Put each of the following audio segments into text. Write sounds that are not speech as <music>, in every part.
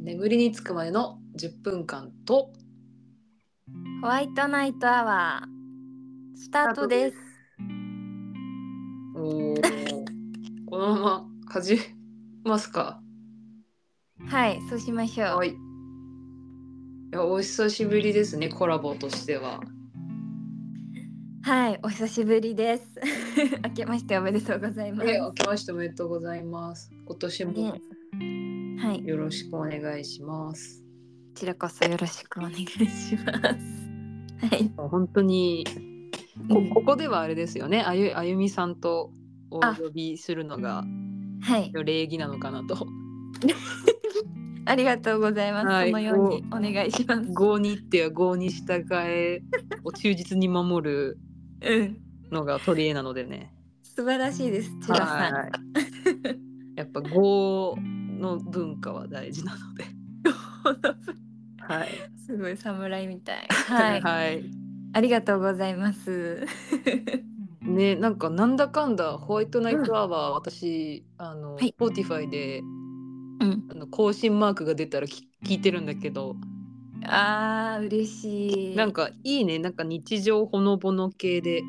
眠りにつくまでの10分間とホワイトナイトアワースタートです。おーこのまま始めますかはい、そうしましょう。はいいやお久しぶりですねコラボとしてははい、お久しぶりです。 <laughs> 明けましておめでとうございます。え明けましておめでとうございます今年もねはい、こよろしくお願いします、ちらこそよろしくお願いします。はい、本当にうこんここではあれですよねあゆあゆみさんとおあ呼びするのがはい、礼儀なのかなとありがとうございます。はいそのようにお願いします。合にっては合に従えを忠実に守るうん、のが取り柄なのでね素晴らしいです。ちらさん。やっぱ合の文化は大事なのではいすごい侍みたい。はい、はい、ありがとうございます。ねなんかなんだかんだホワイトナイトアワー、私あの、はい Spotify でうん、あの更新マークが出たらき聞いてるんだけどああ、嬉しい。なんかいいねなんか日常ほのぼの系で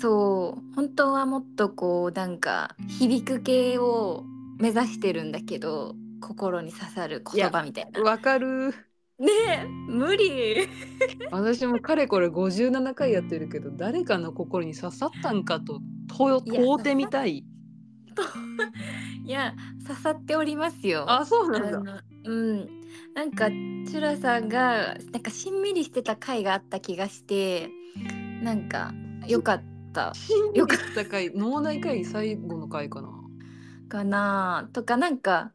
そう本当はもっとこうなんか響く系を目指してるんだけど心に刺さる言葉みたいな。わかるねえ無理 <laughs> 私もかれこれ57回やってるけど誰かの心に刺さったんかと問いや問うてみたいいや刺さっておりますよ。あそうなあんだのうん、なんかチュラさんがなんかしんみりしてた回があった気がしてなんか良かった心理よかった回脳内会最後の回かなかなとかなんか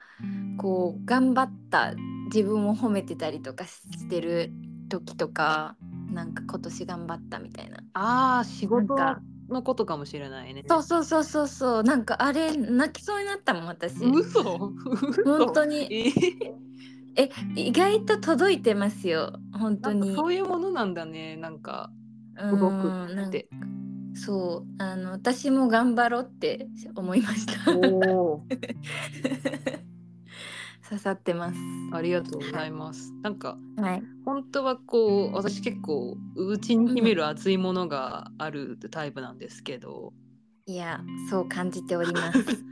こう頑張った自分を褒めてたりとかしてる時とかなんか今年頑張ったみたいなあー仕事なんかのことかもしれないねそうそうそうそうそうなんかあれ泣きそうになったもん私嘘本本当にえーえ意外と届いてますよ本当なんかにそういうものなんだねなん <laughs> かうん動くなっんかてそうあの私も頑張ろうって思いましたお <laughs> 刺さってますありがとうございますなんかはい本当はこう私結構うちに秘める熱いものがあるタイプなんですけど、いやそう感じております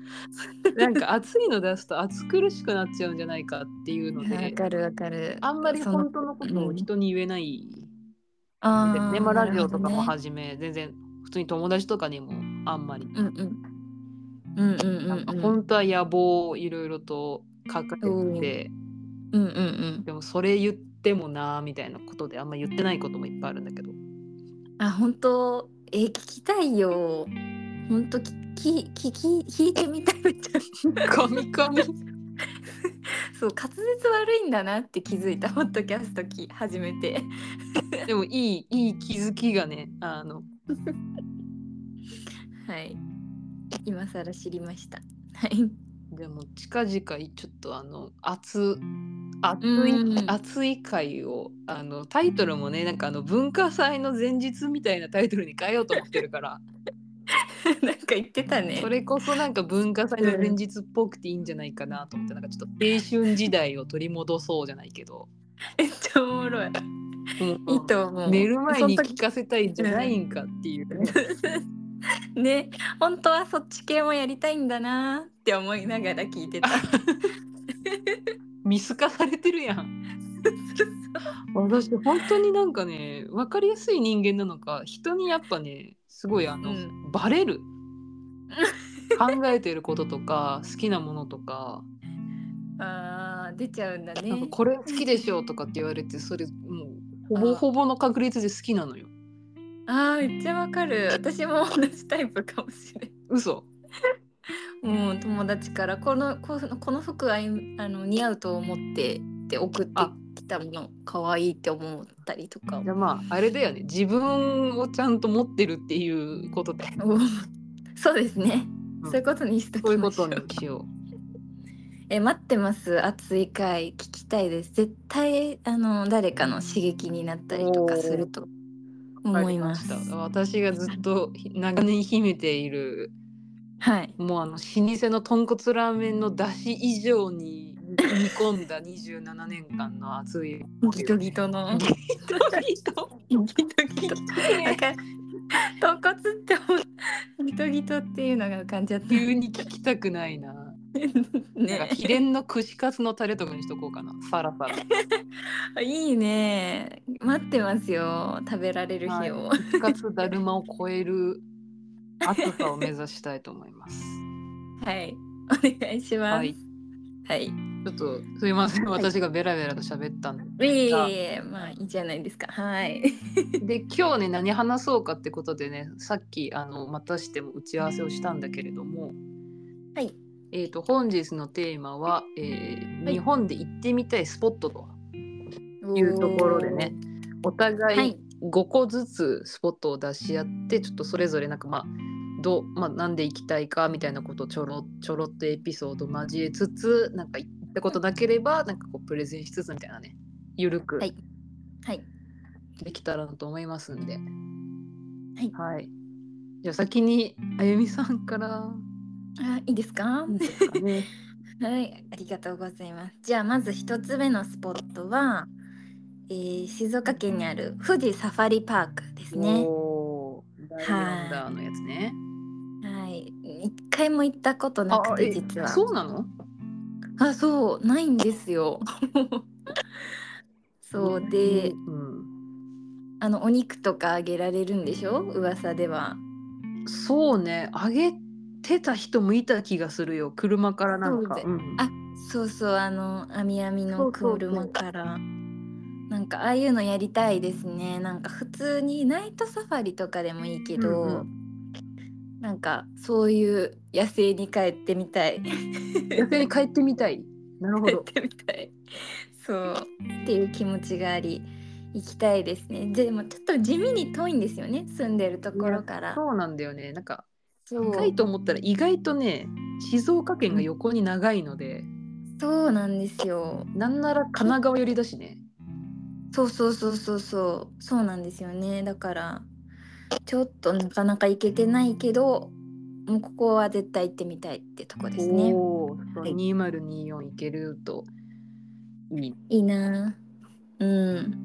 なんか暑いの出すと暑苦しくなっちゃうんじゃないかっていうのわで、かるわかる。あんまりその本当のことを人に言えないあでーすね。まあラジオとかもなるほどねはじめ、全然普通に友達とかにもあんまり、うんうん。うんうんなんかうんうん。本当は野望をいろいろと抱えてて、うんうんでもそれ言ってもなーみたいなことであんま言ってないこともいっぱいあるんだけ <laughs> ど、うん。あ本当えー聞きたいよ。本当きき聞き聞いてみたい <laughs> めっちゃ。カミカミ。そう滑舌悪いんだなって気づいたポッドキャストき初めて。でもいいいい気づきがね、あのはい。今更知りました。はい。 <laughs> でも近々ちょっとあの熱熱うんういん熱い回をあのタイトルもねなんかあの文化祭の前日みたいなタイトルに変えようと思ってるから <laughs> なんか言ってたね。それこそなんか文化祭の前日っぽくていいんじゃないかなと思ってなんかちょっと青春時代を取り戻そうじゃないけどめっちゃおもろい。もう <laughs> いいと思う。寝る前にその時聞かせたいんじゃないんかって <laughs> いうね、ね本当はそっち系もやりたいんだなって思いながら聞いてた見透かされてるやん。私本当になんかね分かりやすい人間なのか人にやっぱねすごいあの、うんバ <laughs> レる考えてることとか好きなものとか <laughs> あー出ちゃうんだなんかねこれ好きでしょとかって言われてそれもうほぼほぼの確率で好きなのよ。あーめっちゃわかる私も同じタイプかもしれん嘘もう友達からこのこのこの服あいあの似合うと思ってって送ってあきたもの可愛いって思ったりとかじゃあまああれだよね自分をちゃんと持ってるっていうことで <laughs> おそうですね、うんそういうことにしとそういきうこましょとうにしよえ待ってます熱い回聞きたいです絶対あの誰かの刺激になったりとかするとう。思いますわかりした私がずっと長年秘めているはいもうあの老舗の豚骨ラーメンの出汁以上に煮込んだ27年間の熱い思いギをトギト <laughs> の。ギトギトギトギト。なんねか豚骨って思うギトギトっていうのが浮かんじゃっ <laughs> た。急に聞きたくないな。なんか秘伝の串カツのタレとかにしとこうかな。サラサラ。いいね。待ってますよ。食べられる日を。カツだるまを超える暑さを目指したいと思います。はい。お願いします。ははいい。。はい。ちょっとすいません。私がベラベラと喋ったんで。いえいえまあいいじゃないですか。はい。で今日ね何話そうかってことでねさっきあのまたしても打ち合わせをしたんだけれども、はいえー、と本日のテーマは、えーはい日本で行ってみたいスポットというところでねおおー。は互いい。 5個ずつスポットを出し合ってちょっとそれぞれなんかまあどう、まあ、なんで行きたいかみたいなことをちょろちょろっとエピソード交えつつなんか行ったことなければなんかこうプレゼンしつつみたいなねゆるくはいはい。できたらなと思いますんで。はいじゃあ先にあゆみさんからあいいですか。ですかね。はい、ありがとうございます。じゃあまず一つ目のスポットは、えー静岡県にある富士サファリパークですね。おーダイアンダーのやつね。はい、一回も行ったことなくてえ実は。そうなの？あ、そうないんですよ。 <laughs> そうで、うあのお肉とかあげられるんでしょ？噂では。ん、そうね。あげてた人もいた気がするよ。車からなんか。そううんあ、そうそうあの網網そのうそうそう車から。なんかああいうのやりたいですねなんか普通にナイトサファリとかでもいいけど、うんうなんかそういう野生に帰ってみたい逆に帰ってみたい。なるほ <laughs> 帰っど。てみたいそうっていう気持ちがあり行きたいですねでもちょっと地味に遠いんですよね住んでるところか <laughs> らそうなんだよね。なんかそう近いと思ったら意外とね、静岡県が横に長いので、そうなんですよなんなら神奈川寄りだしね。そうそうそうそうそうそうなんですよねだからちょっとなかなか行けてないけどもうここは絶対行ってみたいってとこですねおお、そうはい2024いけるといい。いいなあうん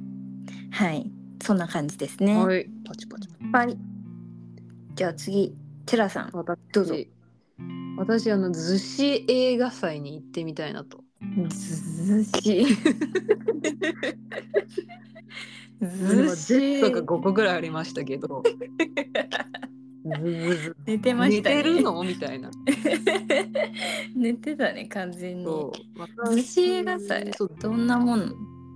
はいそんな感じですねはい、はい、パチパチ。じゃあ次テラさん私どうぞ私あの逗子映画祭に行ってみたいなと。ずしいず今しいとか5個ぐらいありましたけど。ず <laughs> 寝てま寝したてねるのみたいな。 <laughs> 寝てたね完全にそう。ずし映画祭そうどんなもん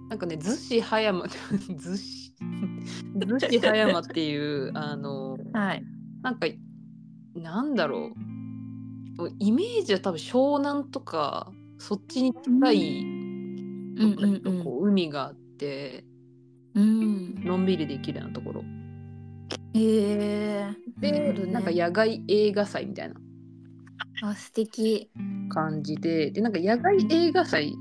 なんかね逗子葉山 <laughs> 逗子逗子葉山って <laughs> いうあのはいなんかなんだろうイメージは多分湘南とかそっちに近いうんうんとこ海があってうんうんのんびりできるようなところへえで、なるほどねなんか野外映画祭みたいなあ素敵感じででなんか野外映画祭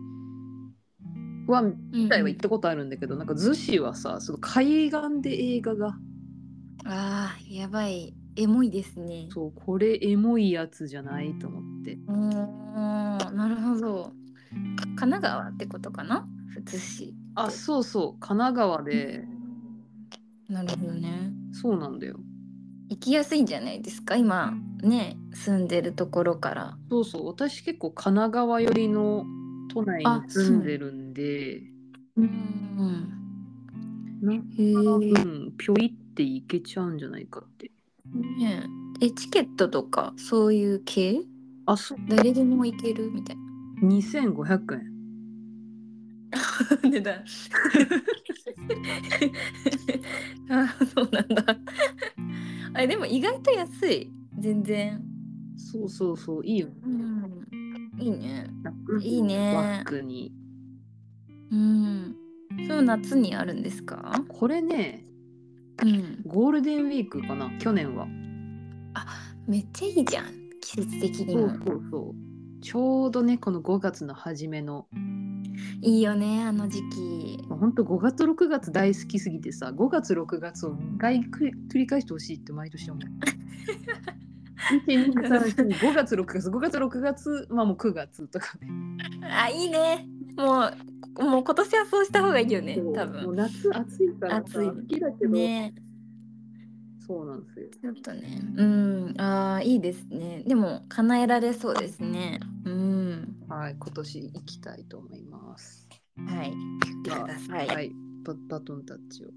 は自自体は行ったことあるんだけど、なんか逗子はさその海岸で映画があーやばいエモいですねそうこれエモいやつじゃないと思ってうーんなるほどか神奈川ってことかな普通市あそうそう神奈川で、なるほどねそうなんだよ行きやすいんじゃないですか今ね住んでるところからそうそう私結構神奈川寄りの都内あに住んでるんでうんなんかへえ多分ぴょいって行けちゃうんじゃないかってねえチケットとかそういう系あそう誰でも行けるみたいな2500円 <laughs> 値段あそうなんだあれでも意外と安い全然そうそうそういいよ、うんいいね楽いいねバッグにうんその夏にあるんですかこれねうんゴールデンウィークかな去年はめっちゃいいじゃん季節的にそもうそうそうちょうどねこの5月の初めのいいよねあの時期ほんと5月6月大好きすぎてさ5月6月を2回繰り繰り返してほしいって毎年思う5月6月5月6月まあもう9月とかねあいいねもうもう今年はそうした方がいいよねそう多もう分夏暑いからさ暑い好きだけど、ねそうなんですよちょっとねうんあーいいですねでも叶えられそうですねうんはい今年行きたいと思いますはい行ってくださいはい、ババトンタッチを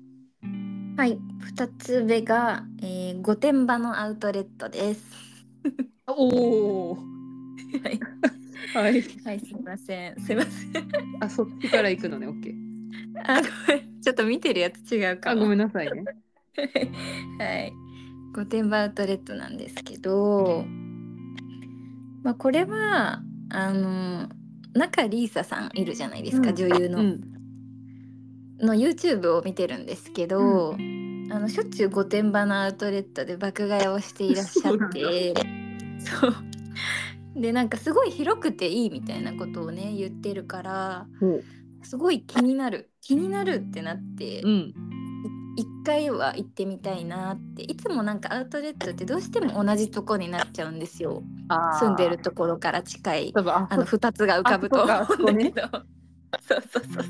はい、二つ目が、えー、御殿場のアウトレットです。おおははい、い <laughs> はい、すみません、すみません。あそっちから行くのねオッケー <laughs> あ、ごめん、ちょっと見てるやつ違うかあも。ごめんなさいね <laughs> はい、御殿場アウトレットなんですけど、まあ、これはあの中里依紗さんいるじゃないですか、うん女優の,、うんの YouTube を見てるんですけど、あのしょっちゅう御殿場のアウトレットで爆買いをしていらっし <laughs> ゃってそうでなんかすごい広くていいみたいなことをね言ってるからほうすごい気になる気になるってなって。うん一回は行ってみたいなっていつもなんかアウトレットってどうしても同じとこになっちゃうんですよあー住んでるところから近い多分ああのそ2つが浮かぶと思あそこうかんだけど <laughs> そうそうそうそう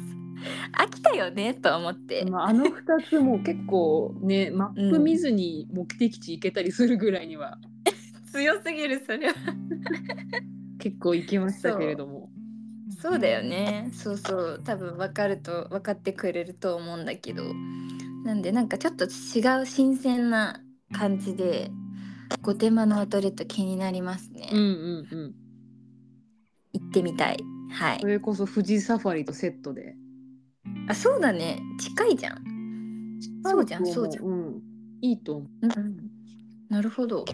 飽きたよねと思ってうまああの2つも結構ねマップ見ずに目的地行けたりするぐらいには強すぎるそれは結構行きましたけれどもそうだよねそうそう多分分かると分かってくれると思うんだけどなんでなんかちょっと違う新鮮な感じで御殿場のアウトレット気になりますね、うんうんうん行ってみたいはいそれこそ富士サファリとセットであそうだね近いじゃん、そうじゃんそうじゃんんいいと思うなるほど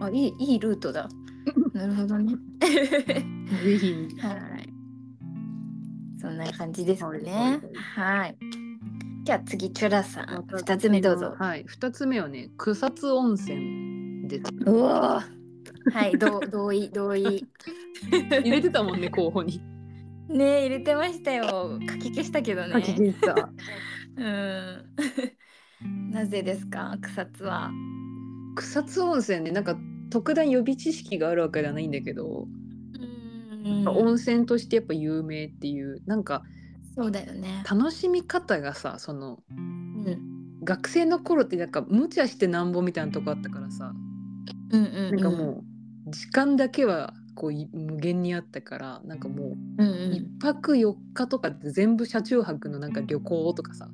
あいいいいルートだなるほどねぜひはいそんな感じですはいねはいじゃあ次チュラさん私二つ目どうぞはい2つ目はね草津温泉ですうおーはいどう <laughs> 同意同意入れてたもんね候補 <laughs> にねえ入れてましたよ書き消したけどねたうん <laughs> なぜですか草津は草津温泉ねなんか特段予備知識があるわけではないんだけど、うん温泉としてやっぱ有名っていうなんかそうだよね楽しみ方がさそのうん学生の頃ってなんか無茶してなんぼみたいなとこあったからさうんうなんんかもう時間だけはこうい無限にあったからなんかもうんううん1泊4日とかって全部車中泊のなんか旅行とかさ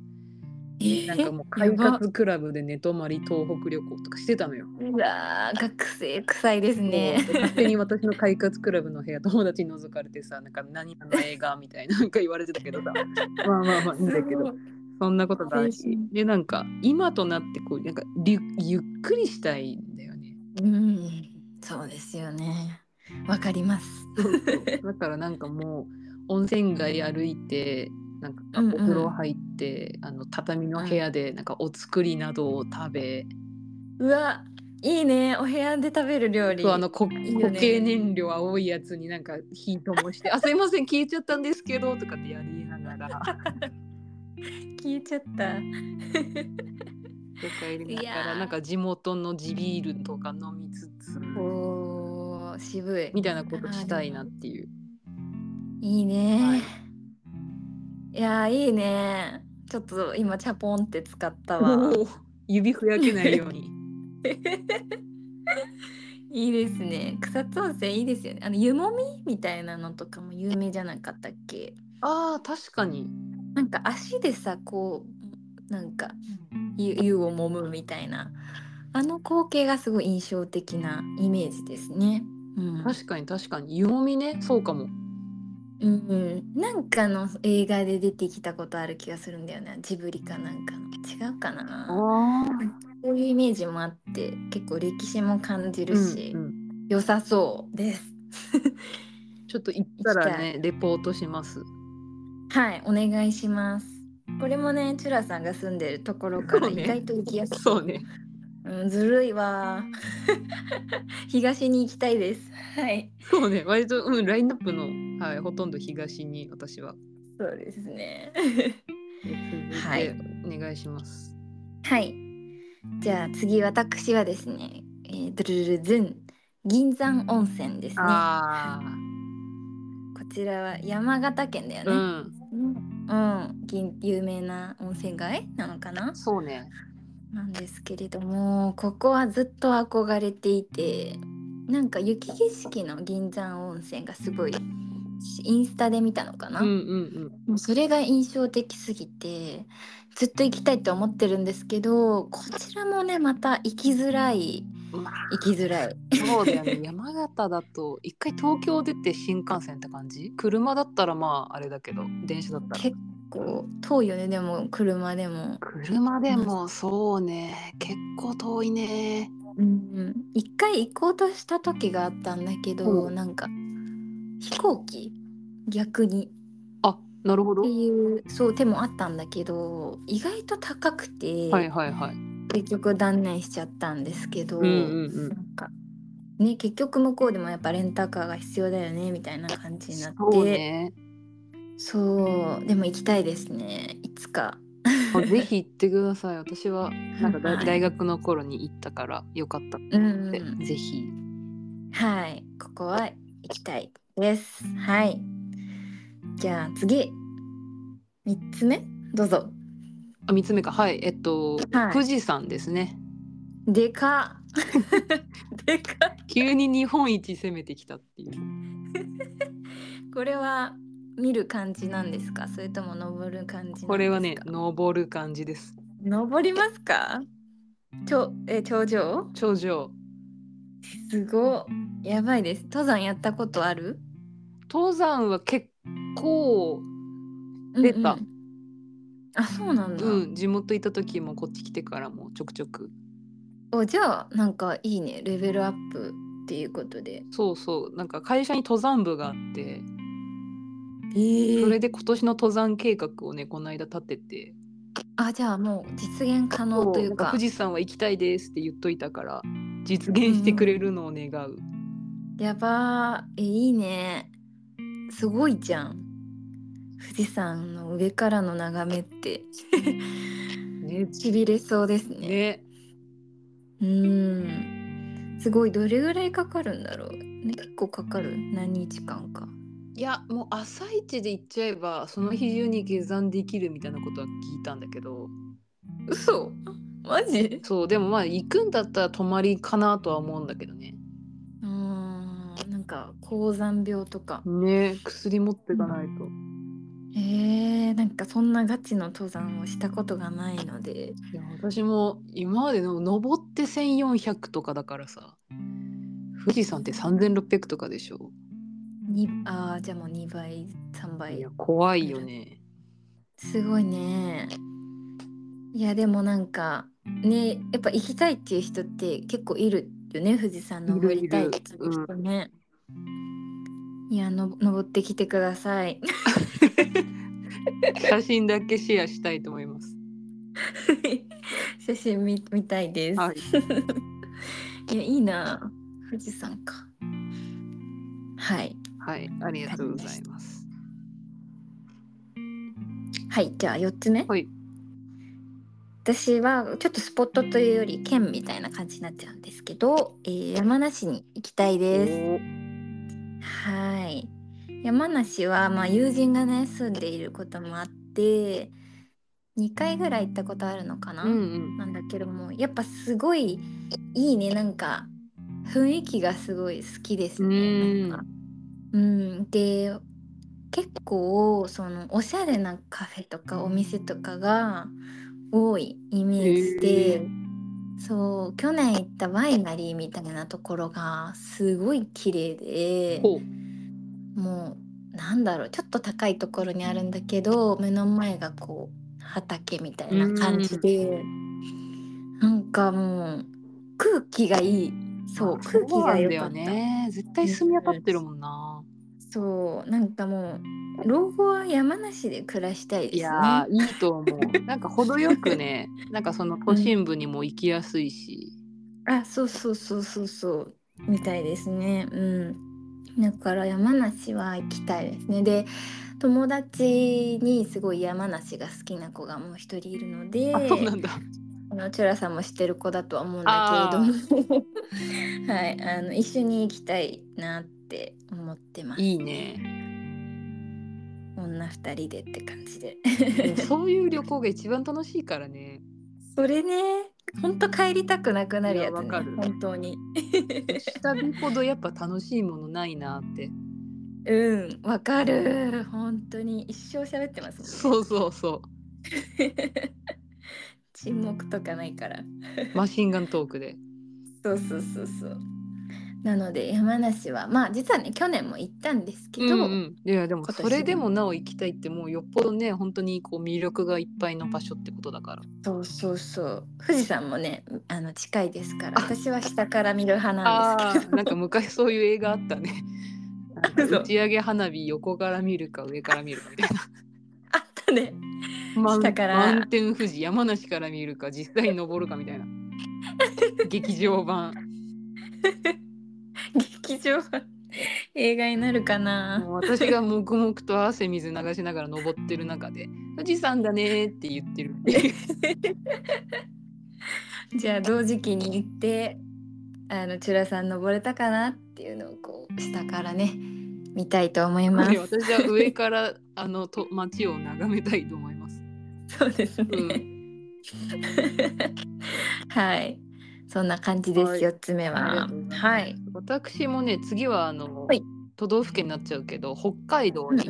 なんかもうえ快やば活クラブで寝泊まり東北旅行とかしてたのよ。うわー学生臭いですね。もう勝手に私の快活クラブの部屋友達に覗かれてさなんか何あの映画みたい <laughs> ななんか言われてたけどさまあまあまあいいんだけどそんなことだ青し春でなんか今となってこうなんかゆゆっくりしたいんだよねうん、そうですよね。わかります。だからなんかもう温泉街歩いてなんかうんうんお風呂入って、あの畳の部屋でなんかお作りなどを食べ、うわ、いいね。お部屋で食べる料理。そうあのこいいよね固形燃料青いやつになんか火ともして「あすいません消えちゃったんですけど」とかってやりながら。聞いちゃった。とか入れながいやらーなんか地元の地ビールとか飲みつつおー、渋いみ。たいなことしたいなっていう。いいね。はいい、やー、いいね。ちょっと今チャポンって使っ <laughs> たわ。おー指ふやけないよう <laughs> に。いいですね。草津温泉いいですよね。あの湯もみみたいなのとかも有名じゃなかったっけ？あー確かに。なんか足でさこうなんか湯湯を揉むみたいなあの光景がすごい印象的なイメージですね。うん確かに確かに。湯もみねそうかも。うん、なんかの映画で出てきたことある気がするんだよねジブリかなんかの違うかなあそういうイメージもあって結構歴史も感じるし、うんうん良さそうです。ちょっと行ったらねレポートします。はいお願いします。これもねチュラさんが住んでるところからそうね意外と行きやすい。そうね。うん、ずるいわ <laughs> ー。東に行きたいです。はい。そうね。割とうんラインナップのはいほとんど東に私は。そうですね。はい。お願いします。はい。じゃあ次私はですね、えー、ドゥルルルズン銀山温泉ですねあこちらは山形県だあ、うよねん、うん、銀有名な温泉街なのかなそうね。なんですけれどもここはずっと憧れていてなんか雪景色の銀山温泉がすごいインスタで見たのかな、うんうんもうそれが印象的すぎてずっと行きたいと思ってるんですけどこちらもねまた行きづらいうん。まあ、行きづらいそうだよね。山形だと、一回東京出て新幹線って感じ車だったらまあ、あれだけど、電車だったら。結構遠いよねでも車でも、車でもそうね。結構遠いね。うん、一回行こうとした時があったんだけどうんなんか飛行機逆にあ、なるほどって。いうそう手もあったんだけど意外と高くて、はいはいはい。結局断念しちゃったんですけど、うんうんう。なんんかね結局向こうでもやっぱレンタカーが必要だよねみたいな感じになってそうね。そうでも行きたいですねいつかもうぜひ行ってください。私はなんかは大い大学の頃に行ったからよかったうんうって、んぜひ。はいここは行きたいですはいじゃあ次3つ目どうぞあ、三つ目か。はい。えっと、はい富士山ですね。でか <laughs> っでかっ急に日本一攻めてきたっていう。これは見る感じなんですかそれとも登る感じなんですかこれはね、登る感じです。登りますか頂え頂上頂上。すごいやばいです登山やったことある登山は結構、出たうんうんあそうなんだ、うん、地元行った時もこっち来てからもちょくちょく。おじゃあなんかいいねレベルアップっていうことでそうそう。なんか会社に登山部があって、えーそれで今年の登山計画をね、この間立てて。あじゃあもう実現可能というなんか富士山は行きたいですって言っといたから実現してくれるのを願う、やばーえいいねすごいじゃん富士山の上からの眺め <laughs> ってねしびれそうですねねうーんすごいどれぐらいかかるんだろう、ね、結構かかる何日間かいやもう朝一で行っちゃえばその日中に下山できるみたいなことは聞いたんだけど嘘マジそうでもまあ行くんだったら泊まりかなとは思うんだけどねうーんなんか高山病とかね薬持ってかないと、えー、なんかそんなガチの登山をしたことがないのでいや私も今までの登って1400とかだからさ富士山って3600とかでしょにあーじゃあもう2倍3倍いや怖いよ <laughs> ねすごいねいやでもなんかねやっぱ行きたいっていう人って結構いるよね富士山登りたいっていう人ねいやの登ってきてください <laughs> 写真だけシェアしたいと思います写真見見たいです、はい <laughs> い、やいいな富士山かはいはい、ありがとうございます。はいじゃあ4つ目はい、私はちょっとスポットというより県みたいな感じになっちゃうんですけど、えー山梨に行きたいですはい山梨は、まあ、友人がね住んでいることもあって2回ぐらい行ったことあるのかな、うんうん。なんだけどもやっぱすごいいいねなんか雰囲気がすごい好きですねうんなんかうんで結構そのおしゃれなカフェとかお店とかが多いイメージで、へえそう去年行ったワイナリーみたいなところがすごい綺麗でほもうなんだろうちょっと高いところにあるんだけど目の前がこう畑みたいな感じでなんかもう空気がいいそう空気が良かよったね。絶対住み当たってるもんな。そうなんかもう老後は山梨で暮らしたいですいねやー、いいと思 <laughs> う。なんか程よくね、なんかその都心部にも行きやすいし。あそうそうそうそうそうみたいですねうんだから山梨は行きたいですねで友達にすごい山梨が好きな子がもう一人いるのであ、そうなんだ。うのチュラさんも知ってる子だとは思うんだけれども <laughs> はいあの一緒に行きたいなって思ってますいい <laughs> ね。女二人でって感 <laughs> じでもうそういう旅行が一番楽しいからね。それねほんと帰りたくなくなるやいやつわねかる本当に <laughs> 旅ほどやっぱ楽しいものないなって。うんわかる本当に一生喋ってますもんそねうそうそ沈黙とかないからう。マシンガントークで。そうそうそうそうなので山梨はまあ実はね去年も行ったんですけど、うんうん、いやでも今年それでもなお行きたいってもうよっぽどね本当にこう魅力がいっぱいの場所ってことだから。そうそうそう富士山もねあの近いですからあ私は下から見る派なんあですけーどなんか昔そういう映画あったね。なんかそう打ち上げ花火横から見るか上から見るかみた <laughs> いな。あったね満下から満天富士山梨から見るか実際に登るかみ <laughs> たいな劇場版劇場版映画になるかな <laughs> もう私が黙々と汗水流しながら登ってる中で「富士山だね」って言ってるって <laughs> いうじゃあ同時期に行ってあのチュラさん登れたかなっていうのをこう下からね見たいと思いますで私は上からあのと街を眺めたいと思います。そうですね、う <laughs> はいそんな感じです、はい四つ目ありはがとうございますはい、私もね次はあの、はい都道府県になっちゃうけど北海道に、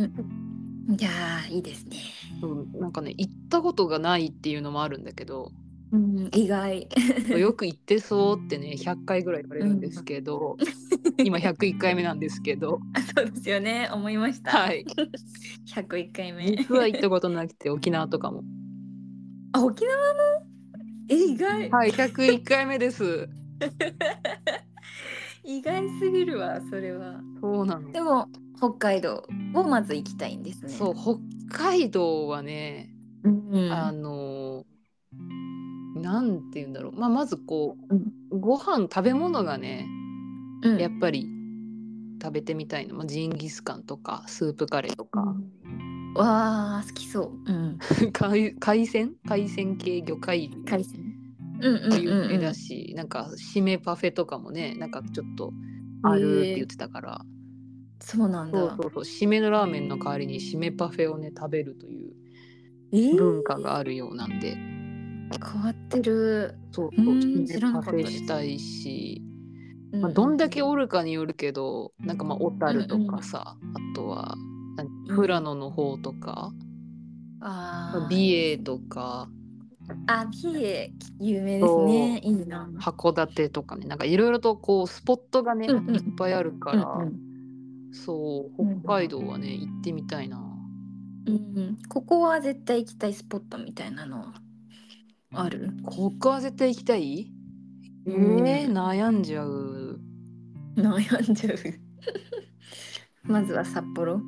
じゃあいいですね、うんなんかね行ったことがないっていうのもあるんだけどうん、意外 <laughs> よく行ってそうってね100回ぐらい言われるんですけど、今101回目なんですけ <laughs> どそうですよね思いました、 <laughs> はい101回目実は行ったことなくて沖縄とかもあ沖縄のえ意外、はい101回目です意外すぎるわそれはそうなのでも北海道をまず行きたいんですねそう北海道はねうん、うん、あのなんて言うんだろう、まあ、まずこうご飯食べ物がねうんやっぱり食べてみたいの、まあ、ジンギスカンとかスープカレーとか、わあ好きそう、うん、海海鮮海鮮系魚介類海鮮うんうんもうん有名うんだし、なんか締めパフェとかもねなんかちょっとあるって言ってたから、そうなんだそうそうそう締めのラーメンの代わりに締めパフェをね食べるというえー文化があるようなんで、変わってる、そうそううーん締知めらパなかフっェたですしたいし、うまあ、どんだけおるかによるけどなんかまあ小樽とかさ、あとは何富良野の方とか、あー美瑛とかあ美瑛有名ですねいいな函館とかねなんかいろいろとこうスポットがね、うんうんいっぱいあるかうんら、そう北海道はね行ってみたいな。うんうんここは絶対行きたいスポットみたいなのあるここは絶対行きたいえうんー、悩んじゃう。悩んじゃ <laughs> うまずは札幌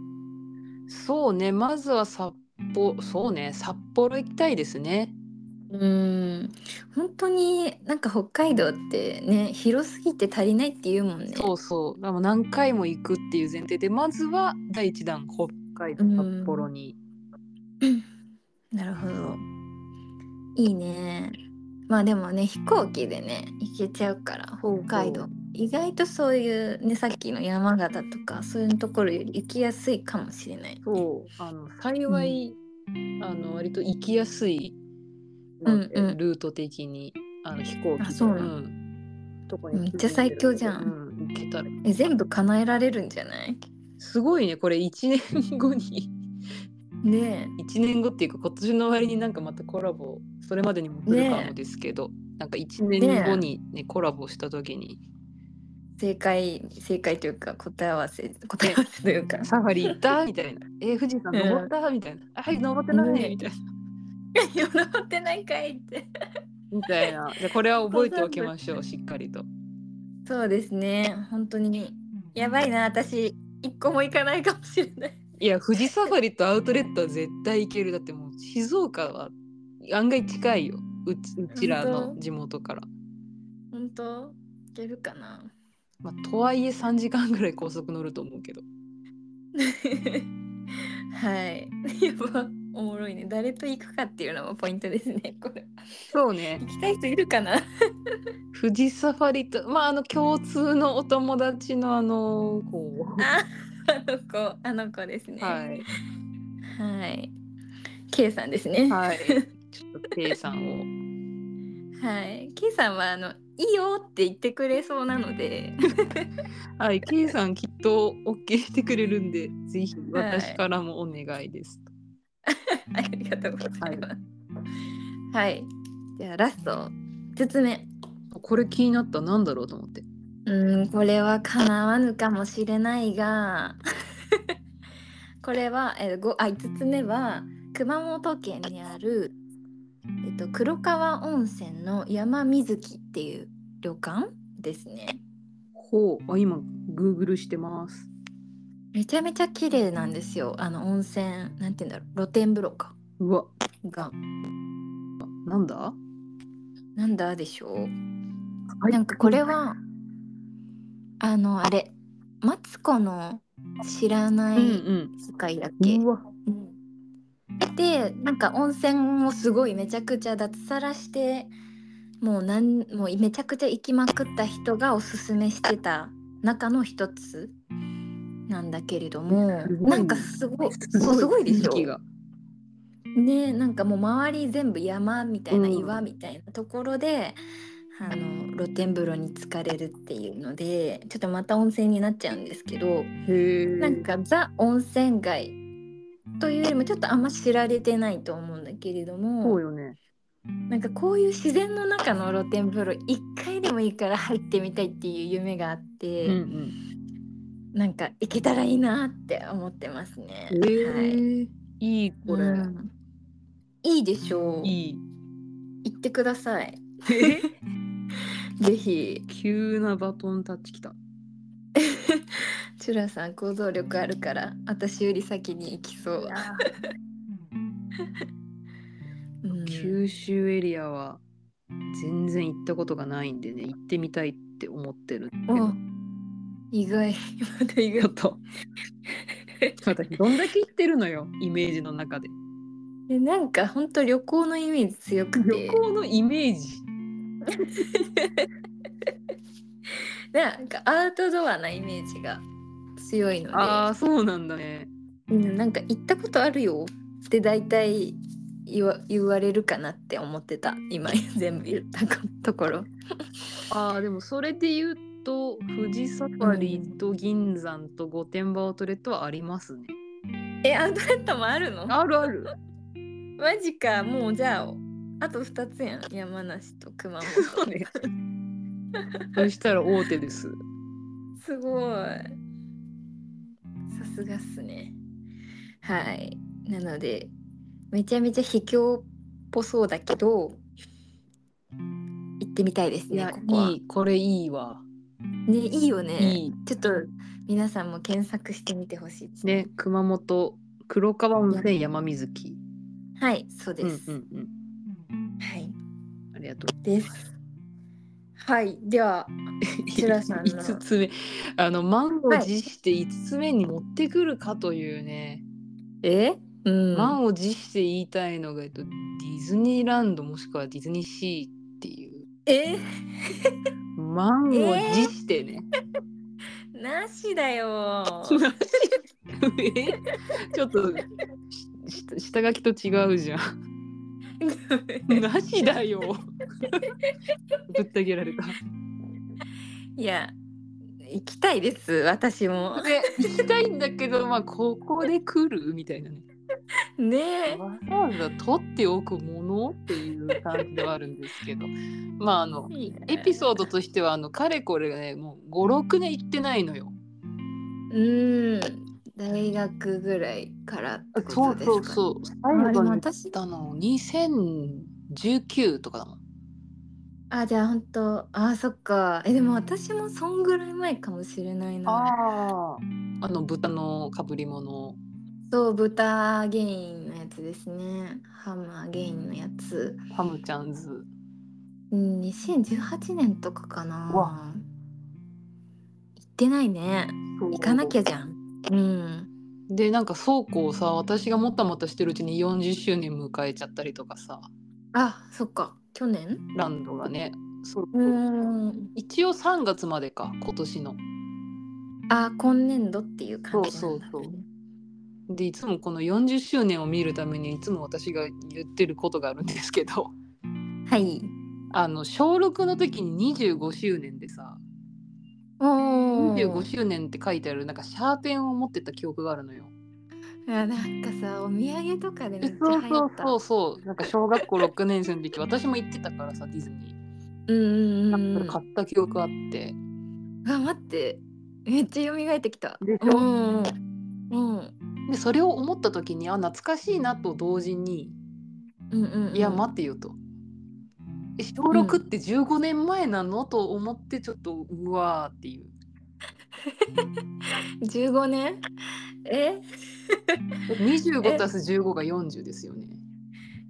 そうねまずは札幌そうね札幌行きたいですね。うん本当になんか北海道ってね広すぎて足りないって言うもんねそうそうでも何回も行くっていう前提でまずは第一弾北海道うん札幌に。なるほどいいねまあでもね飛行機でね行けちゃうから北海そ道意外とそういうねさっきの山形とかそういうところより行きやすいかもしれないそうあの幸い、あの割と行きやすいので、うんうんルート的にあの飛行機あそうなのんとこめっちゃ最強じゃんうん、行けたらえ全部叶えられるんじゃないすごいねこれ1年後に <laughs> ね1年後っていうか今年の終わりになんかまたコラボそれまでにもするかもですけど、なんか1年後にねコラボした時にえ正解正解というか答え合わせ答え合わせという「かサファリ行った?」みた <laughs> いな「え富士山登った?」みたいな「あはい登ってない」ねみたいな。 「 <laughs> よなってないかい」ってみた <laughs> いな。じゃあこれは覚えておきましょう、しっかりと。そうですね本当にやばいな私一個も行かないかもしれないいや、富士サファリとアウトレットは絶対行ける。だってもう静岡は案外近いよ。うちうちらの地元から。本当いけるかな <laughs> まあ、とはいえ3時間ぐらい高速乗ると思うけど。はい。やば。おもろいね誰と行くかっていうのもポイントですねこれそうね行きたい人いるかな富士サファリとまああの共通のお友達のあのこうああの子あの子ですね、はいいはい K さんです <laughs> ねはいちょっと K さんをはい、K さんはあのいいよって言ってくれそうなので、はい K さんきっと OK してくれるんでぜひ私からもお願いです、ありがとうございます。はい、じゃあラスト5つ目。これ気になったなんだろうと思ってうん、これは叶わぬかもしれないが、 <laughs> これはえーごあ5つ目は熊本県にあるえっと黒川温泉の山水木っていう旅館ですね。ほうあ今 Google してますめちゃめちゃ綺麗なんですよ。あの温泉なんて言うんだろう露天風呂かうわが。なんだなんだでしょうなんかこれはあのあれマツコの知らなういんうん世界だっけ、うわうんでなんか温泉もすごいめちゃくちゃ脱サラしてもうなんもうめちゃくちゃ行きまくった人がおすすめしてた中の一つなんだけれども、すごいねなんかすごいそうすごいでしょ雰囲気がねなんかもう周り全部山みたいなうん岩みたいなところで、あの露天風呂に浸かれるっていうのでちょっとまた温泉になっちゃうんですけどへえなんかザ温泉街というよりもちょっとあんま知られてないと思うんだけれどそもうよねなんかこういう自然の中の露天風呂一回でもいいから入ってみたいっていう夢があって、うんうんなんか行けたらいいなって思ってますね。えーいいこれ、うんいいでしょう。いい行ってください。ぜひ、 <laughs> 急なバトンタッチきたチュラさん行動力あるから、私より先に行きそう。うん九州エリアは全然行ったことがないんでね行ってみたいって思ってるんだけどお <laughs> 意外、また意ちょ外っ。と <laughs> 私どんだけ行ってるのよイメージの中ででなんか本当旅行のイメージ強くて。旅行のイメージなんかアウトドアなイメージが強いので。ああそうなんだねうん、なんか行ったことあるよって大体言わ言われるかなって思ってた <laughs> 今全部言ったこところああでもそれで言うと富士サファリと銀山と御殿場アウトレットはありますねえアウトレットもあるのあるあるマジかもうじゃああと2つやん山梨と熊本そうねそしたら大手ですすごいさすがっすねはいなのでめちゃめちゃ秘境っぽそうだけど行ってみたいですいねやここはいいこれいいわねいいよねいいちょっと皆さんも検索してみてほしいですね。ね熊本黒川温泉山水木はい、そううんでうんす。うんはい、ありがとです。はい、では、う。シュラさんの5つ目あの満をはい持して5つ目に持ってくるかというね、え、うん、満を持して言いたいのが、えっと、ディズニーランドもしくはディズニーシーっていうえ、満を持してね、なしだ <laughs> よ。えちょっとしし下書きと違うじゃんなしだよ <laughs> ぶった切られたいや、行きたいです、私も。で行きたいんだけどまあここで来るみたいなねねわざわざ取っておくものっていう感じではあるんですけどまああのエピソードとしてはあのかれこれねもう56年行ってないのよ。うん、大学ぐらいからってことですか、ね。う。う最あで後にも行っ私たの2019とかだもん。あじゃあ本当あそっかえでも私もそんぐらい前かもしれないなああの豚のかぶり物そう豚ゲインのやつですねハマーゲインのやつハムちゃんズうん2018年とかかうわな行ってないね行かなきゃじゃんうんでなんか倉庫をさ私がもたもたしてるうちに40周年迎えちゃったりとかさあそっか去年ランドがねそううーん一応3月までか今年のあ今年度っていう感じそうそうそうなんだねでいつもこの40周年を見るためにいつも私が言ってることがあるんですけど <laughs> はいあの小6の時に25周年でさお25周年って書いてあるなんかシャーペンを持ってた記憶があるのよ。あなんかさお土産とかでめっちそゃうそ流行うったそうそうなんか小学校6年生の <laughs> 時私も行ってたからさディズニうんうんーうんなうんんか買った記憶あってあ待ってめっちゃ蘇ってきたでしうょんうんうんでそれを思った時にあ懐かしいなと同時にうんうんうんいや待ってよと。え小6って15年前なのと思ってちょっとうわーっていう。 15年ええ 25+15 が40ですよね。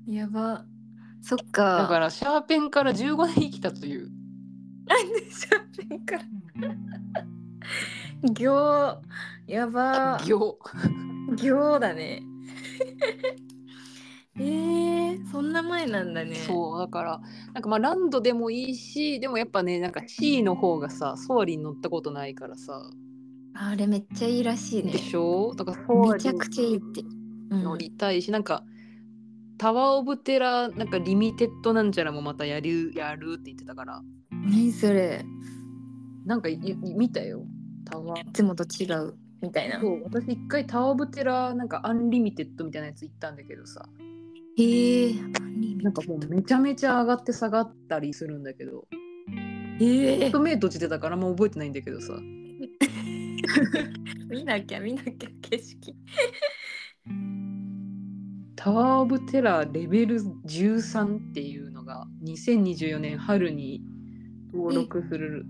やばそっかだかららシャーペンから15年生きたという。シャーペンから行やば行行だね <laughs> えー、そんな前なんだね <laughs> そうだからなんかまあランドでもいいしでもやっぱねなんか C の方がさソアリン乗ったことないからさあれめっちゃいいらしいねでしょだからソアめリちゃンくちゃいいって、うん乗りたいしなんかタワー・オブ・テラーなんかリミテッドなんちゃらもまたやるやるって言ってたから何それなんかい見たよタワーいつもと違うみたいなそう私一回タワー・オブ・テラーなんかアンリミテッドみたいなやつ行ったんだけどさへえなんかもうめちゃめちゃ上がって下がったりするんだけどええちょっと目閉じてたからあんま覚えてないんだけどさ見なきゃ見なきゃ景色タワー・オブ・テラーレベル13っていうのが2024年春に登録する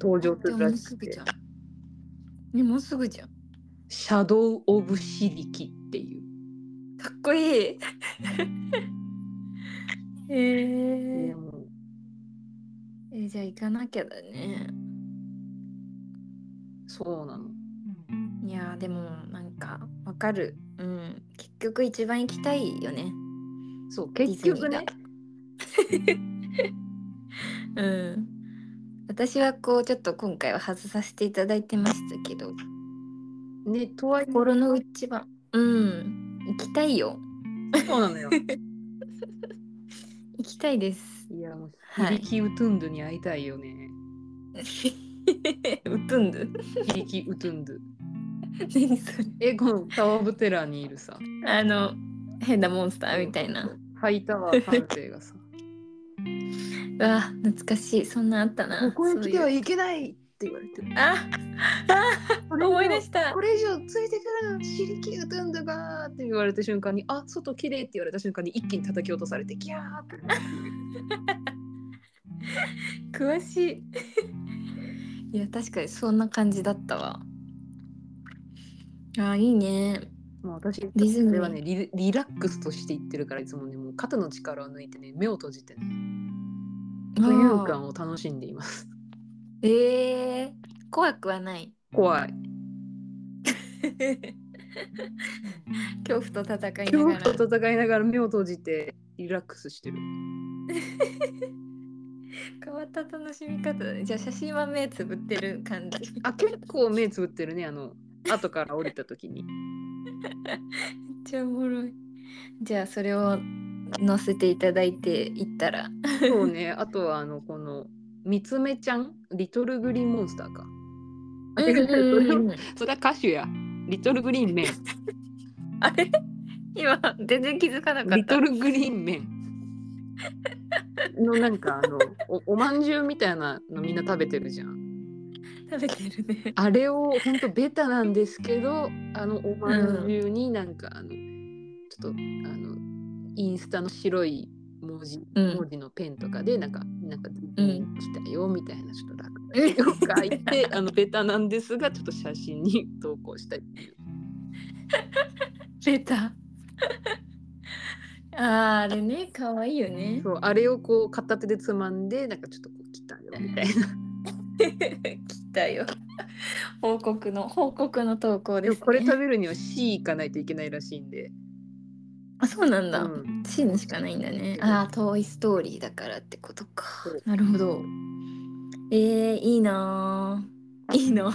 登場すでるももらうしすくぐてじゃんねもうすぐじゃんシャドウ・オブ・シリキっていうかっこいいえねー、もうえじゃあ行かなきゃだねそうなのいやーでもなんかわかるうん結局一番行きたいよねそう結局ねうん私はこうちょっと今回は外させていただいてましたけどねとはいえ心の内はうん行きたいよそうなの <laughs> よ行きたいですいやもうはシいリキ・ウトゥンドゥに会いたいよね、 <laughs> うとんどシリキ・ウトゥ <laughs> ンドゥ何それえこのタワー・オブ・テラーにいるさあの変なモンスターみたいなハイタワー三世がさうわ懐かしいそ <laughs> んなあったこなこへ来てはそういういけないって言われてるああ思い出したこれ以上ついてくるなシリキウトゥンドがーって言われた瞬間にあ外綺麗って言われた瞬間に一気に叩き落とされてギャーって詳しい <laughs> いや確かにそんな感じだったわあーいいねもう私こリズムれはねリリラックスとして言ってるからいつもねもう肩の力を抜いてね目を閉じてね浮遊あー感を楽しんでいますえー、怖くはない <laughs> 怖い恐怖と戦い恐ながら怖と戦いながら目を閉じてリラックスしてる変わった楽しみ方だねじゃあ写真は目つぶってる感じあ結構目つぶってるねあの後から降りた時にめっちゃおもろいじゃあそれを載せていただいていったらそうねあとはあのこの三つ目ちゃんリトルグリーンモンスターかあ違うそれはそれは歌手や。リトルグリーンメン。あれ <laughs> 今全然気づかなかったリトルグリーンメン。のなんかあのおおまんじゅうみたいなのみんな食べてるじゃん食べてるねあれをほんとベタなんですけどあのおまんじゅうになんかあの、ちょっとあのインスタの白い文字うん文字のペンとかでなんか、なんかん来たよみたいなちょっと楽を <laughs> 書いてあのベタなんですがちょっと写真に投稿したいって <laughs> いう出た。 <laughs> あーあれね、可愛いよね。そうあれをこう片手でつまんでなんかちょっとこう来たよみたいな <laughs> 来たよ。報告の報告の投稿でです、もね。これ食べるには C 行かないといけないらしいんで。あそうなんだ。うんシーンしかないんだね。うんああ、遠いストーリーだからってことかそう。なるほど。えー、いいなー <laughs> いいな行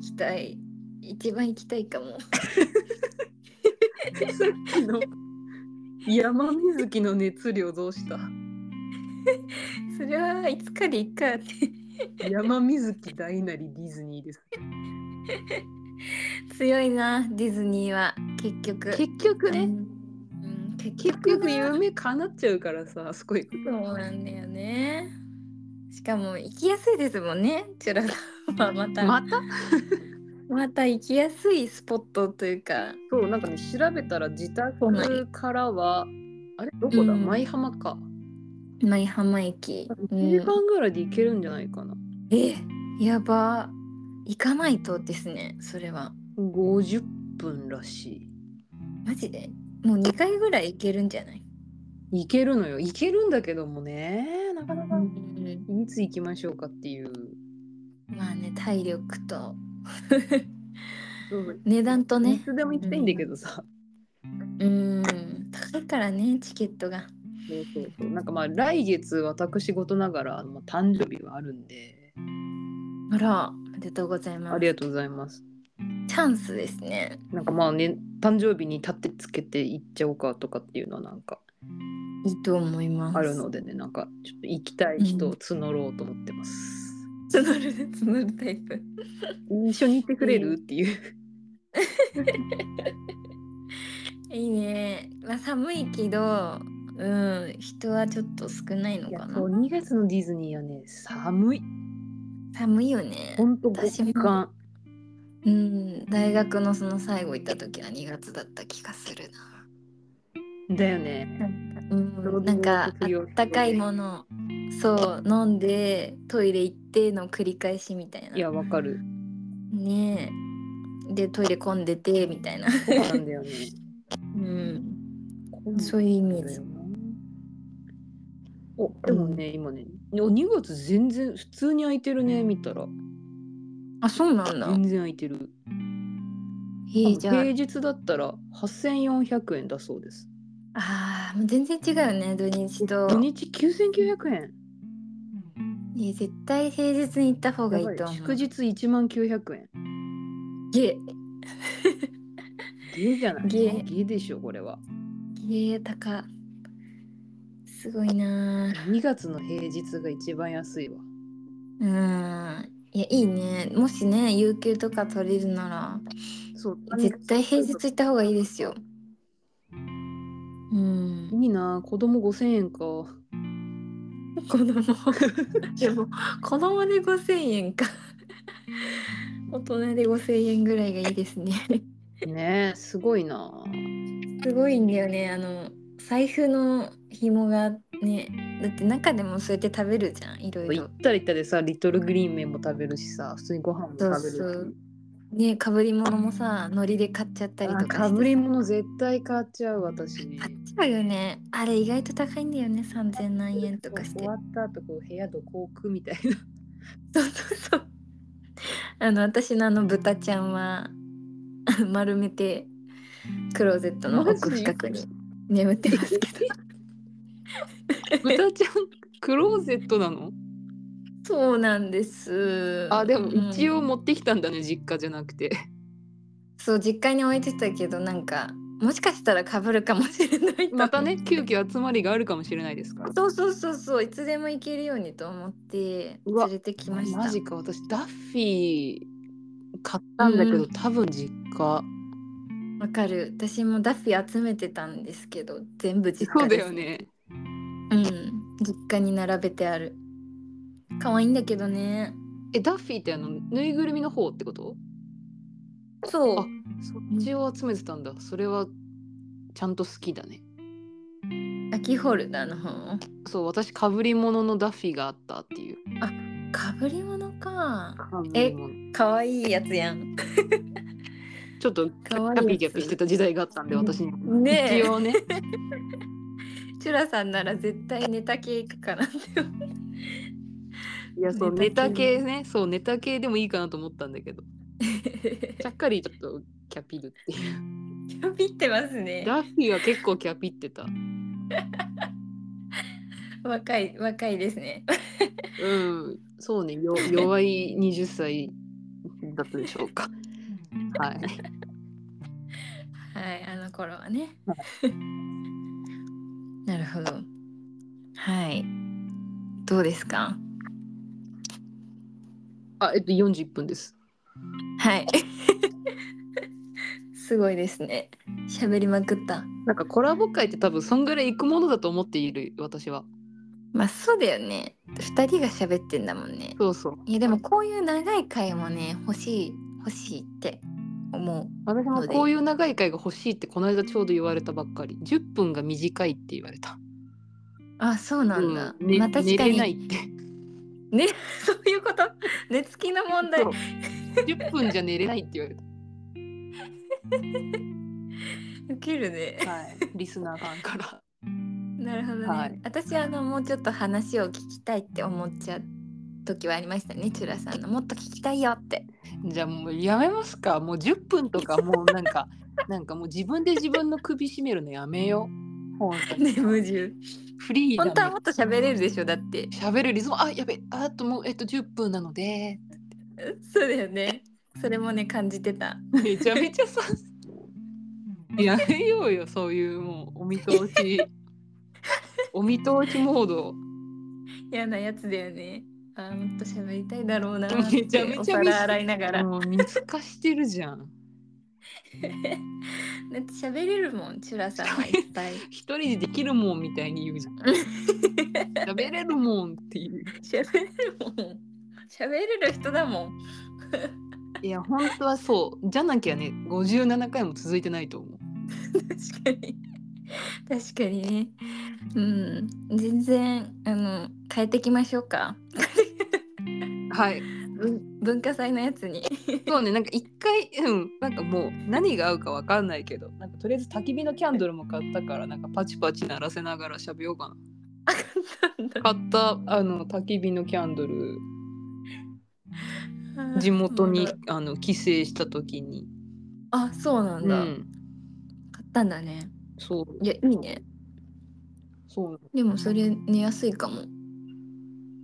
きたい。一番行きたいかも。さっきの山根月の熱量どうした <laughs> それはいつかでいいかって。山水木大なりディズニーです。強いな、ディズニーは。結局。結局うね、んうん、結結局局な夢叶っちゃうからさ、あそこ行くと。そうなんだよね。しかも行きやすいですもんね。チュラさんはまた、またまた行きやすいスポットというか。そう、なんかね、調べたら自宅からは、あれどこだ、うん舞浜か。舞浜駅。う2時ん、間ぐらいで行けるんじゃないかな。え、やば。行かないとですね、それは。 50分らしマジでもう2回ぐらい行けるんじゃない、い。行けるのよ。行けるんだけどもね、なかなか。うんいつ行きましょうかっていう。まあね、体力と値段といね。つでも行きたいんだけどさ。うん、高いからね、チケットが。そうそうそうなんかまあ来月私事ながらあのまあ誕生日はあるんで、あら、おめでとうございまあすり。がとうございます。チャンスですね。なんかまあね誕生日に立てつけて行っちゃおうかとかっていうのはなんかいいと思います。あるのでねなんかちょっと行きたい人を募ろうと思ってます。募る募るタイプ一緒に行ってくれる、うんっていう。いいね、まあ、寒いけどうん人はちょっと少ないのいやかなそう2月のディズニーはね寒い。寒いよね本当私も極寒。うん大学のその最後行った時は2月だった気がするだよね。なうんなんかあったかいものそう飲んでトイレ行っての繰り返しみたいないやわかる。ねえでトイレ混んでてみたいな、そうなんだよね。うん、こんそういうイメージおでもね、今ねお2月全然普通に空いてるね見たらあそうなんだ全然空いてる、えーじゃあ平日だったら8400円だそうですあーもう全然違うよね土日と土日9900円いや絶対平日に行った方がいいやばいと思祝う日1万900円ゲゲーじゃないゲゲーーでしょこれはゲー高すごいな2月の平日が一番安いわーうんいやいいねもしね有給とか取れるなそうら絶対平日行った方がいいですようんいいな子供5000円か子 <laughs> 供でも子供で5000円か大人で5000円ぐらいがいいですねねえすごいなすごいんだよねあの財布の紐がねだって中でもそうやって食べるじゃんいろい行ろったら行ったでさリトルグリーン麺も食べるしさ普通にご飯も食べるしそうそうねかぶり物もさ海苔で買っちゃったりとあかしてさかぶり物絶対買っちゃう私ね買っちゃうよねあれ意外と高いんだよね3000何円とかして終わった後こう部屋どこ置くみたいなそうそうそう <laughs> あの私のあの豚ちゃんは <laughs> 丸めてクローゼットの奥深くに眠ってますけど <laughs> 豚ちゃんクローゼットなのそうなんですあでも一応応持ってきたんだね、実家じゃなくてそう実家に置いてたけどなんかもしかしたらかぶるかもしれないとまたね急遽集まりがあるかもしれないですからそうそうそうそういつでも行けるようにと思ってうわ連れてきましたマジか私ダッフィー買ったんだけど、うん多分実家わかる私もダッフィー集めてたんですけど全部実そう家だですよねうん実家に並べてある可愛いんだけどねえダッフィーってあのぬいぐるみの方ってことそうあそっちを集めてたんだそれはちゃんと好きだねアキホルダーの方そう私かぶり物のダッフィーがあったっていうかぶり物かええ可愛いやつやんちょっとキ可愛いャピキャピしてた時代があったんでうん私にもねえ一応 <laughs> ね <laughs> チュラさんなら絶対ネタ系いくかなっていやそうネネタタ系系ねそうネタ系でもいいかなと思ったんだけどちゃっかりちょっとキャピるっていうキャピってますねダッフィーは結構キャピってた若い若いですねうんそうね <laughs> よ弱い20歳だったでしょうかはいはいあの頃はねなるほどはいどうですかあえっと41分ですはい <laughs> すごいですね喋りまくったなんかコラボ会って多分そんぐらい行くものだと思っている私はまあそうだよね2人が喋ってんだもんねそうそういやでもこういう長い回もね欲しい欲しいって思私もこういう長い会が欲しいってこの間ちょうど言われたばっかり10分が短いって言われたうあそうなんだ、うねまあ確寝かにれないってねそういうこと寝つきの問題そう10分じゃ寝れないって言われた受けるねはい、リスナーさんから。なるほどね、はい私はあのもうちょっと話を聞きたいって思っちゃう時はありましたねチュラさんのもっと聞きたいよ <laughs> ってじゃあもうやめますかもう10分とかもうなんか <laughs> なんかもう自分で自分の首絞めるのやめよう。本当にね無重フリー本当ダはムもっと喋れるでしょだって喋るリズムあやべあともうえっと10分なのでそうだよねそれもね感じてためちゃめ <laughs> ちゃさやめようよそういうもうお見通 <laughs> しお見通しモード嫌なやつだよねあーもっと喋りたいだろうなーっ <laughs> てめちゃめちゃお皿洗いながら、もう見透かしてるじゃんだって喋れるもんチュラさんはいっ <laughs> ぱい一人でできるもんみたいに言う <laughs> じゃん喋れるもんっていう喋れるもん喋れる人だもんいや本当はそうじゃなきゃね57回も続いてないと思う確かに確かにねうん全然あの変えてきましょうかはい文文化祭のやつ <laughs> にそうねなんか一回うんなんかもう何が合うかわかんないけどなんかとりあえず焚き火のキャンドルも買ったからなんかパチパチ鳴らせながら喋ようかな買ったあの焚き火のキャンドル地元にあの帰省した時にあそうなんうだ、ん買ったんだねそういやいいねそうでもそれ寝やすいかも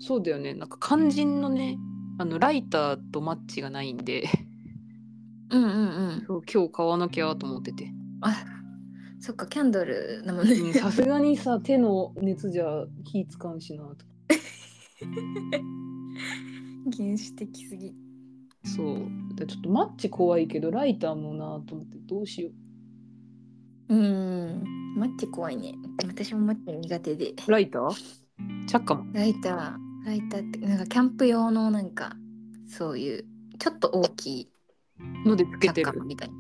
そうだよねなんか肝心のねあのライターとマッチがないんでうんうんうんそう今日買わなきゃと思っててあそっかキャンドルだもんねうんさすがにさ手の熱じゃ火使うしなと原始的すぎそうでちょっとマッチ怖いけどライターもなと思ってどうしようんマッチ怖いね私もマッチ苦手でうライターチャッカマンライターライターってなんかキャンプ用のなんかそういうちょっと大きいのでつけて着る火みたいな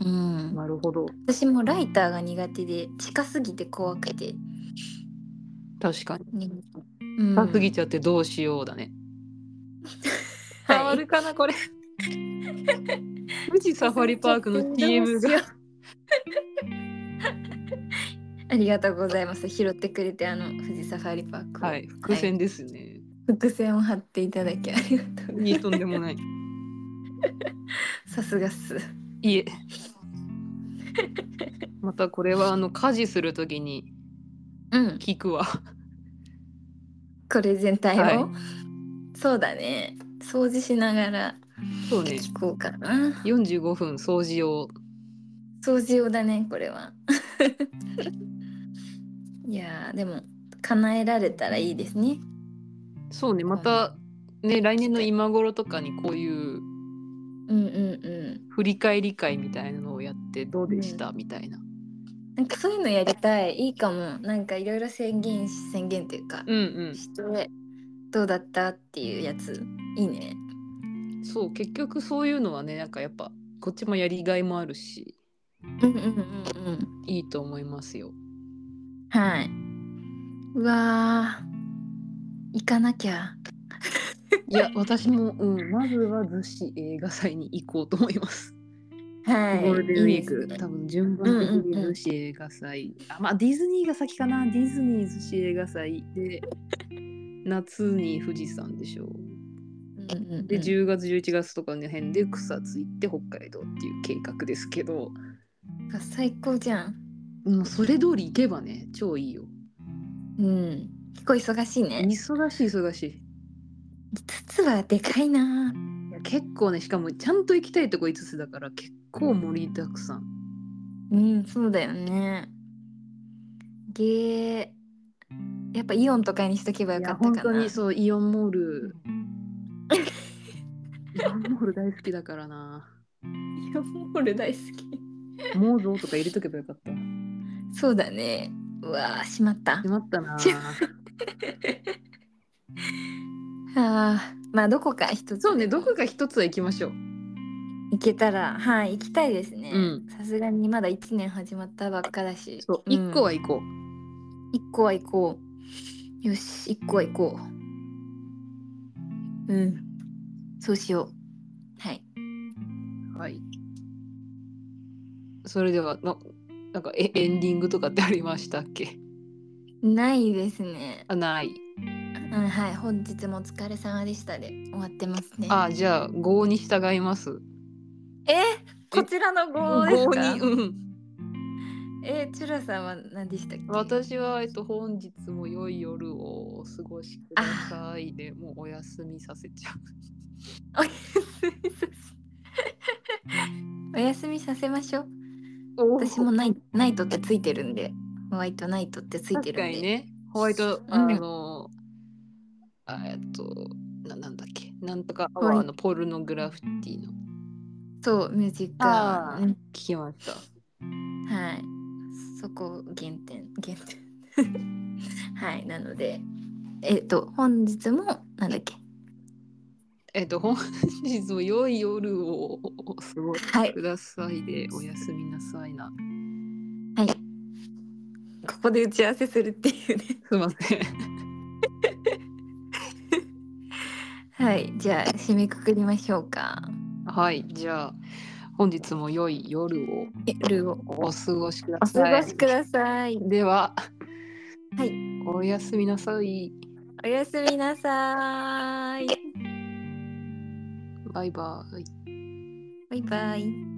うんなるほど私もライターが苦手で近すぎて怖くて、確かにねうん近すぎちゃってどうしようだね、はい伝わるかなこれ富士サファリパークの CM がどうしようありがとうございます拾ってくれてあの富士サファリパークをはい伏線ですね、伏線を張っていただきありがとうござい、いいとんでもないますさすがっす <laughs> いえまたこれはあの家事するときにうん聞くわこれ全体を、はいそうだね掃除しながらそう <laughs> ね聞こうかな、 45分掃除を掃除用だねこれは <laughs> いやーでも叶えられたらいいですねそうねまたね来年の今頃とかにこういううんうんうん振り返り会みたいなのをやってどうでした、みたいななんかそういうのやりたいいいかもなんかいろいろ宣言し宣言というか、うんしてどうだったっていうやついいねうんそう結局そういうのはねなんかやっぱこっちもやりがいもあるしうんうんうんうんいいと思いますよはいうわー行かなきゃいや私も、うん、まずは逗子映画祭に行こうと思います、はいゴールデンウィークいいですね多分順番的うんにうんうん逗子映画祭、あまあディズニーが先かなディズニー逗子映画祭で夏に富士山でしょうんうんうんで10月11月とかの辺で草津行って北海道っていう計画ですけどあ最高じゃん。もうそれ通り行けばね超いいようん。結構忙しいね。忙しい忙しい5つはでかいな。いや結構ねしかもちゃんと行きたいとこ5つだから結構盛りだくさんうん、そうだよね。ゲー。やっぱイオンとかにしとけばよかった本か当な。にそうイオンモール <laughs> イオンモール大好きだからなイオンモール大好き。モーゾーとか入れとけばよかったそうだね。うわー、しまった。決まった <laughs> なしあーまあどこか一つそうねどこか一つは行きましょう行けたらはい行きたいですねうんさすがにまだ1年始まったばっかだしそう一1個は行こう、一個は行こうよし一個は行こううんそうしようはいはい。それではのなんかえエンディングとかってありましたっけ？ないですねあない。うんはい本日もお疲れ様でしたで終わってますねあじゃあ五に従います。えこちらの号です五かにうん。えチュラさんは何でしたっけ私はえっと本日も良い夜をお過ごしくださいでもうお休みさせちゃう。おやすみさせおやすみさせましょう私もナイナイトってついてるんでホワイトナイトってつい確てるかんでにねホワイトんあの、あえっとななんだっけなんとかアワーのポルノグラフィティの聞そうミュージックアワーあーうんきました。はいそこ原点原点 <laughs> はいなのでえっ、と本日もなんだっけえっと、本日も良い夜をお過ごしはいくださいで、おやすみなさいな。はいここで打ち合わせするっていうねすいません。はいじゃあ締めくくりましょうかはい、じゃあ、本日も良い夜を夜をお過ごしくだおさい。過ごしくださいでは、はい、おやすみなさい。おやすみなさーいバイバイ。バイバイ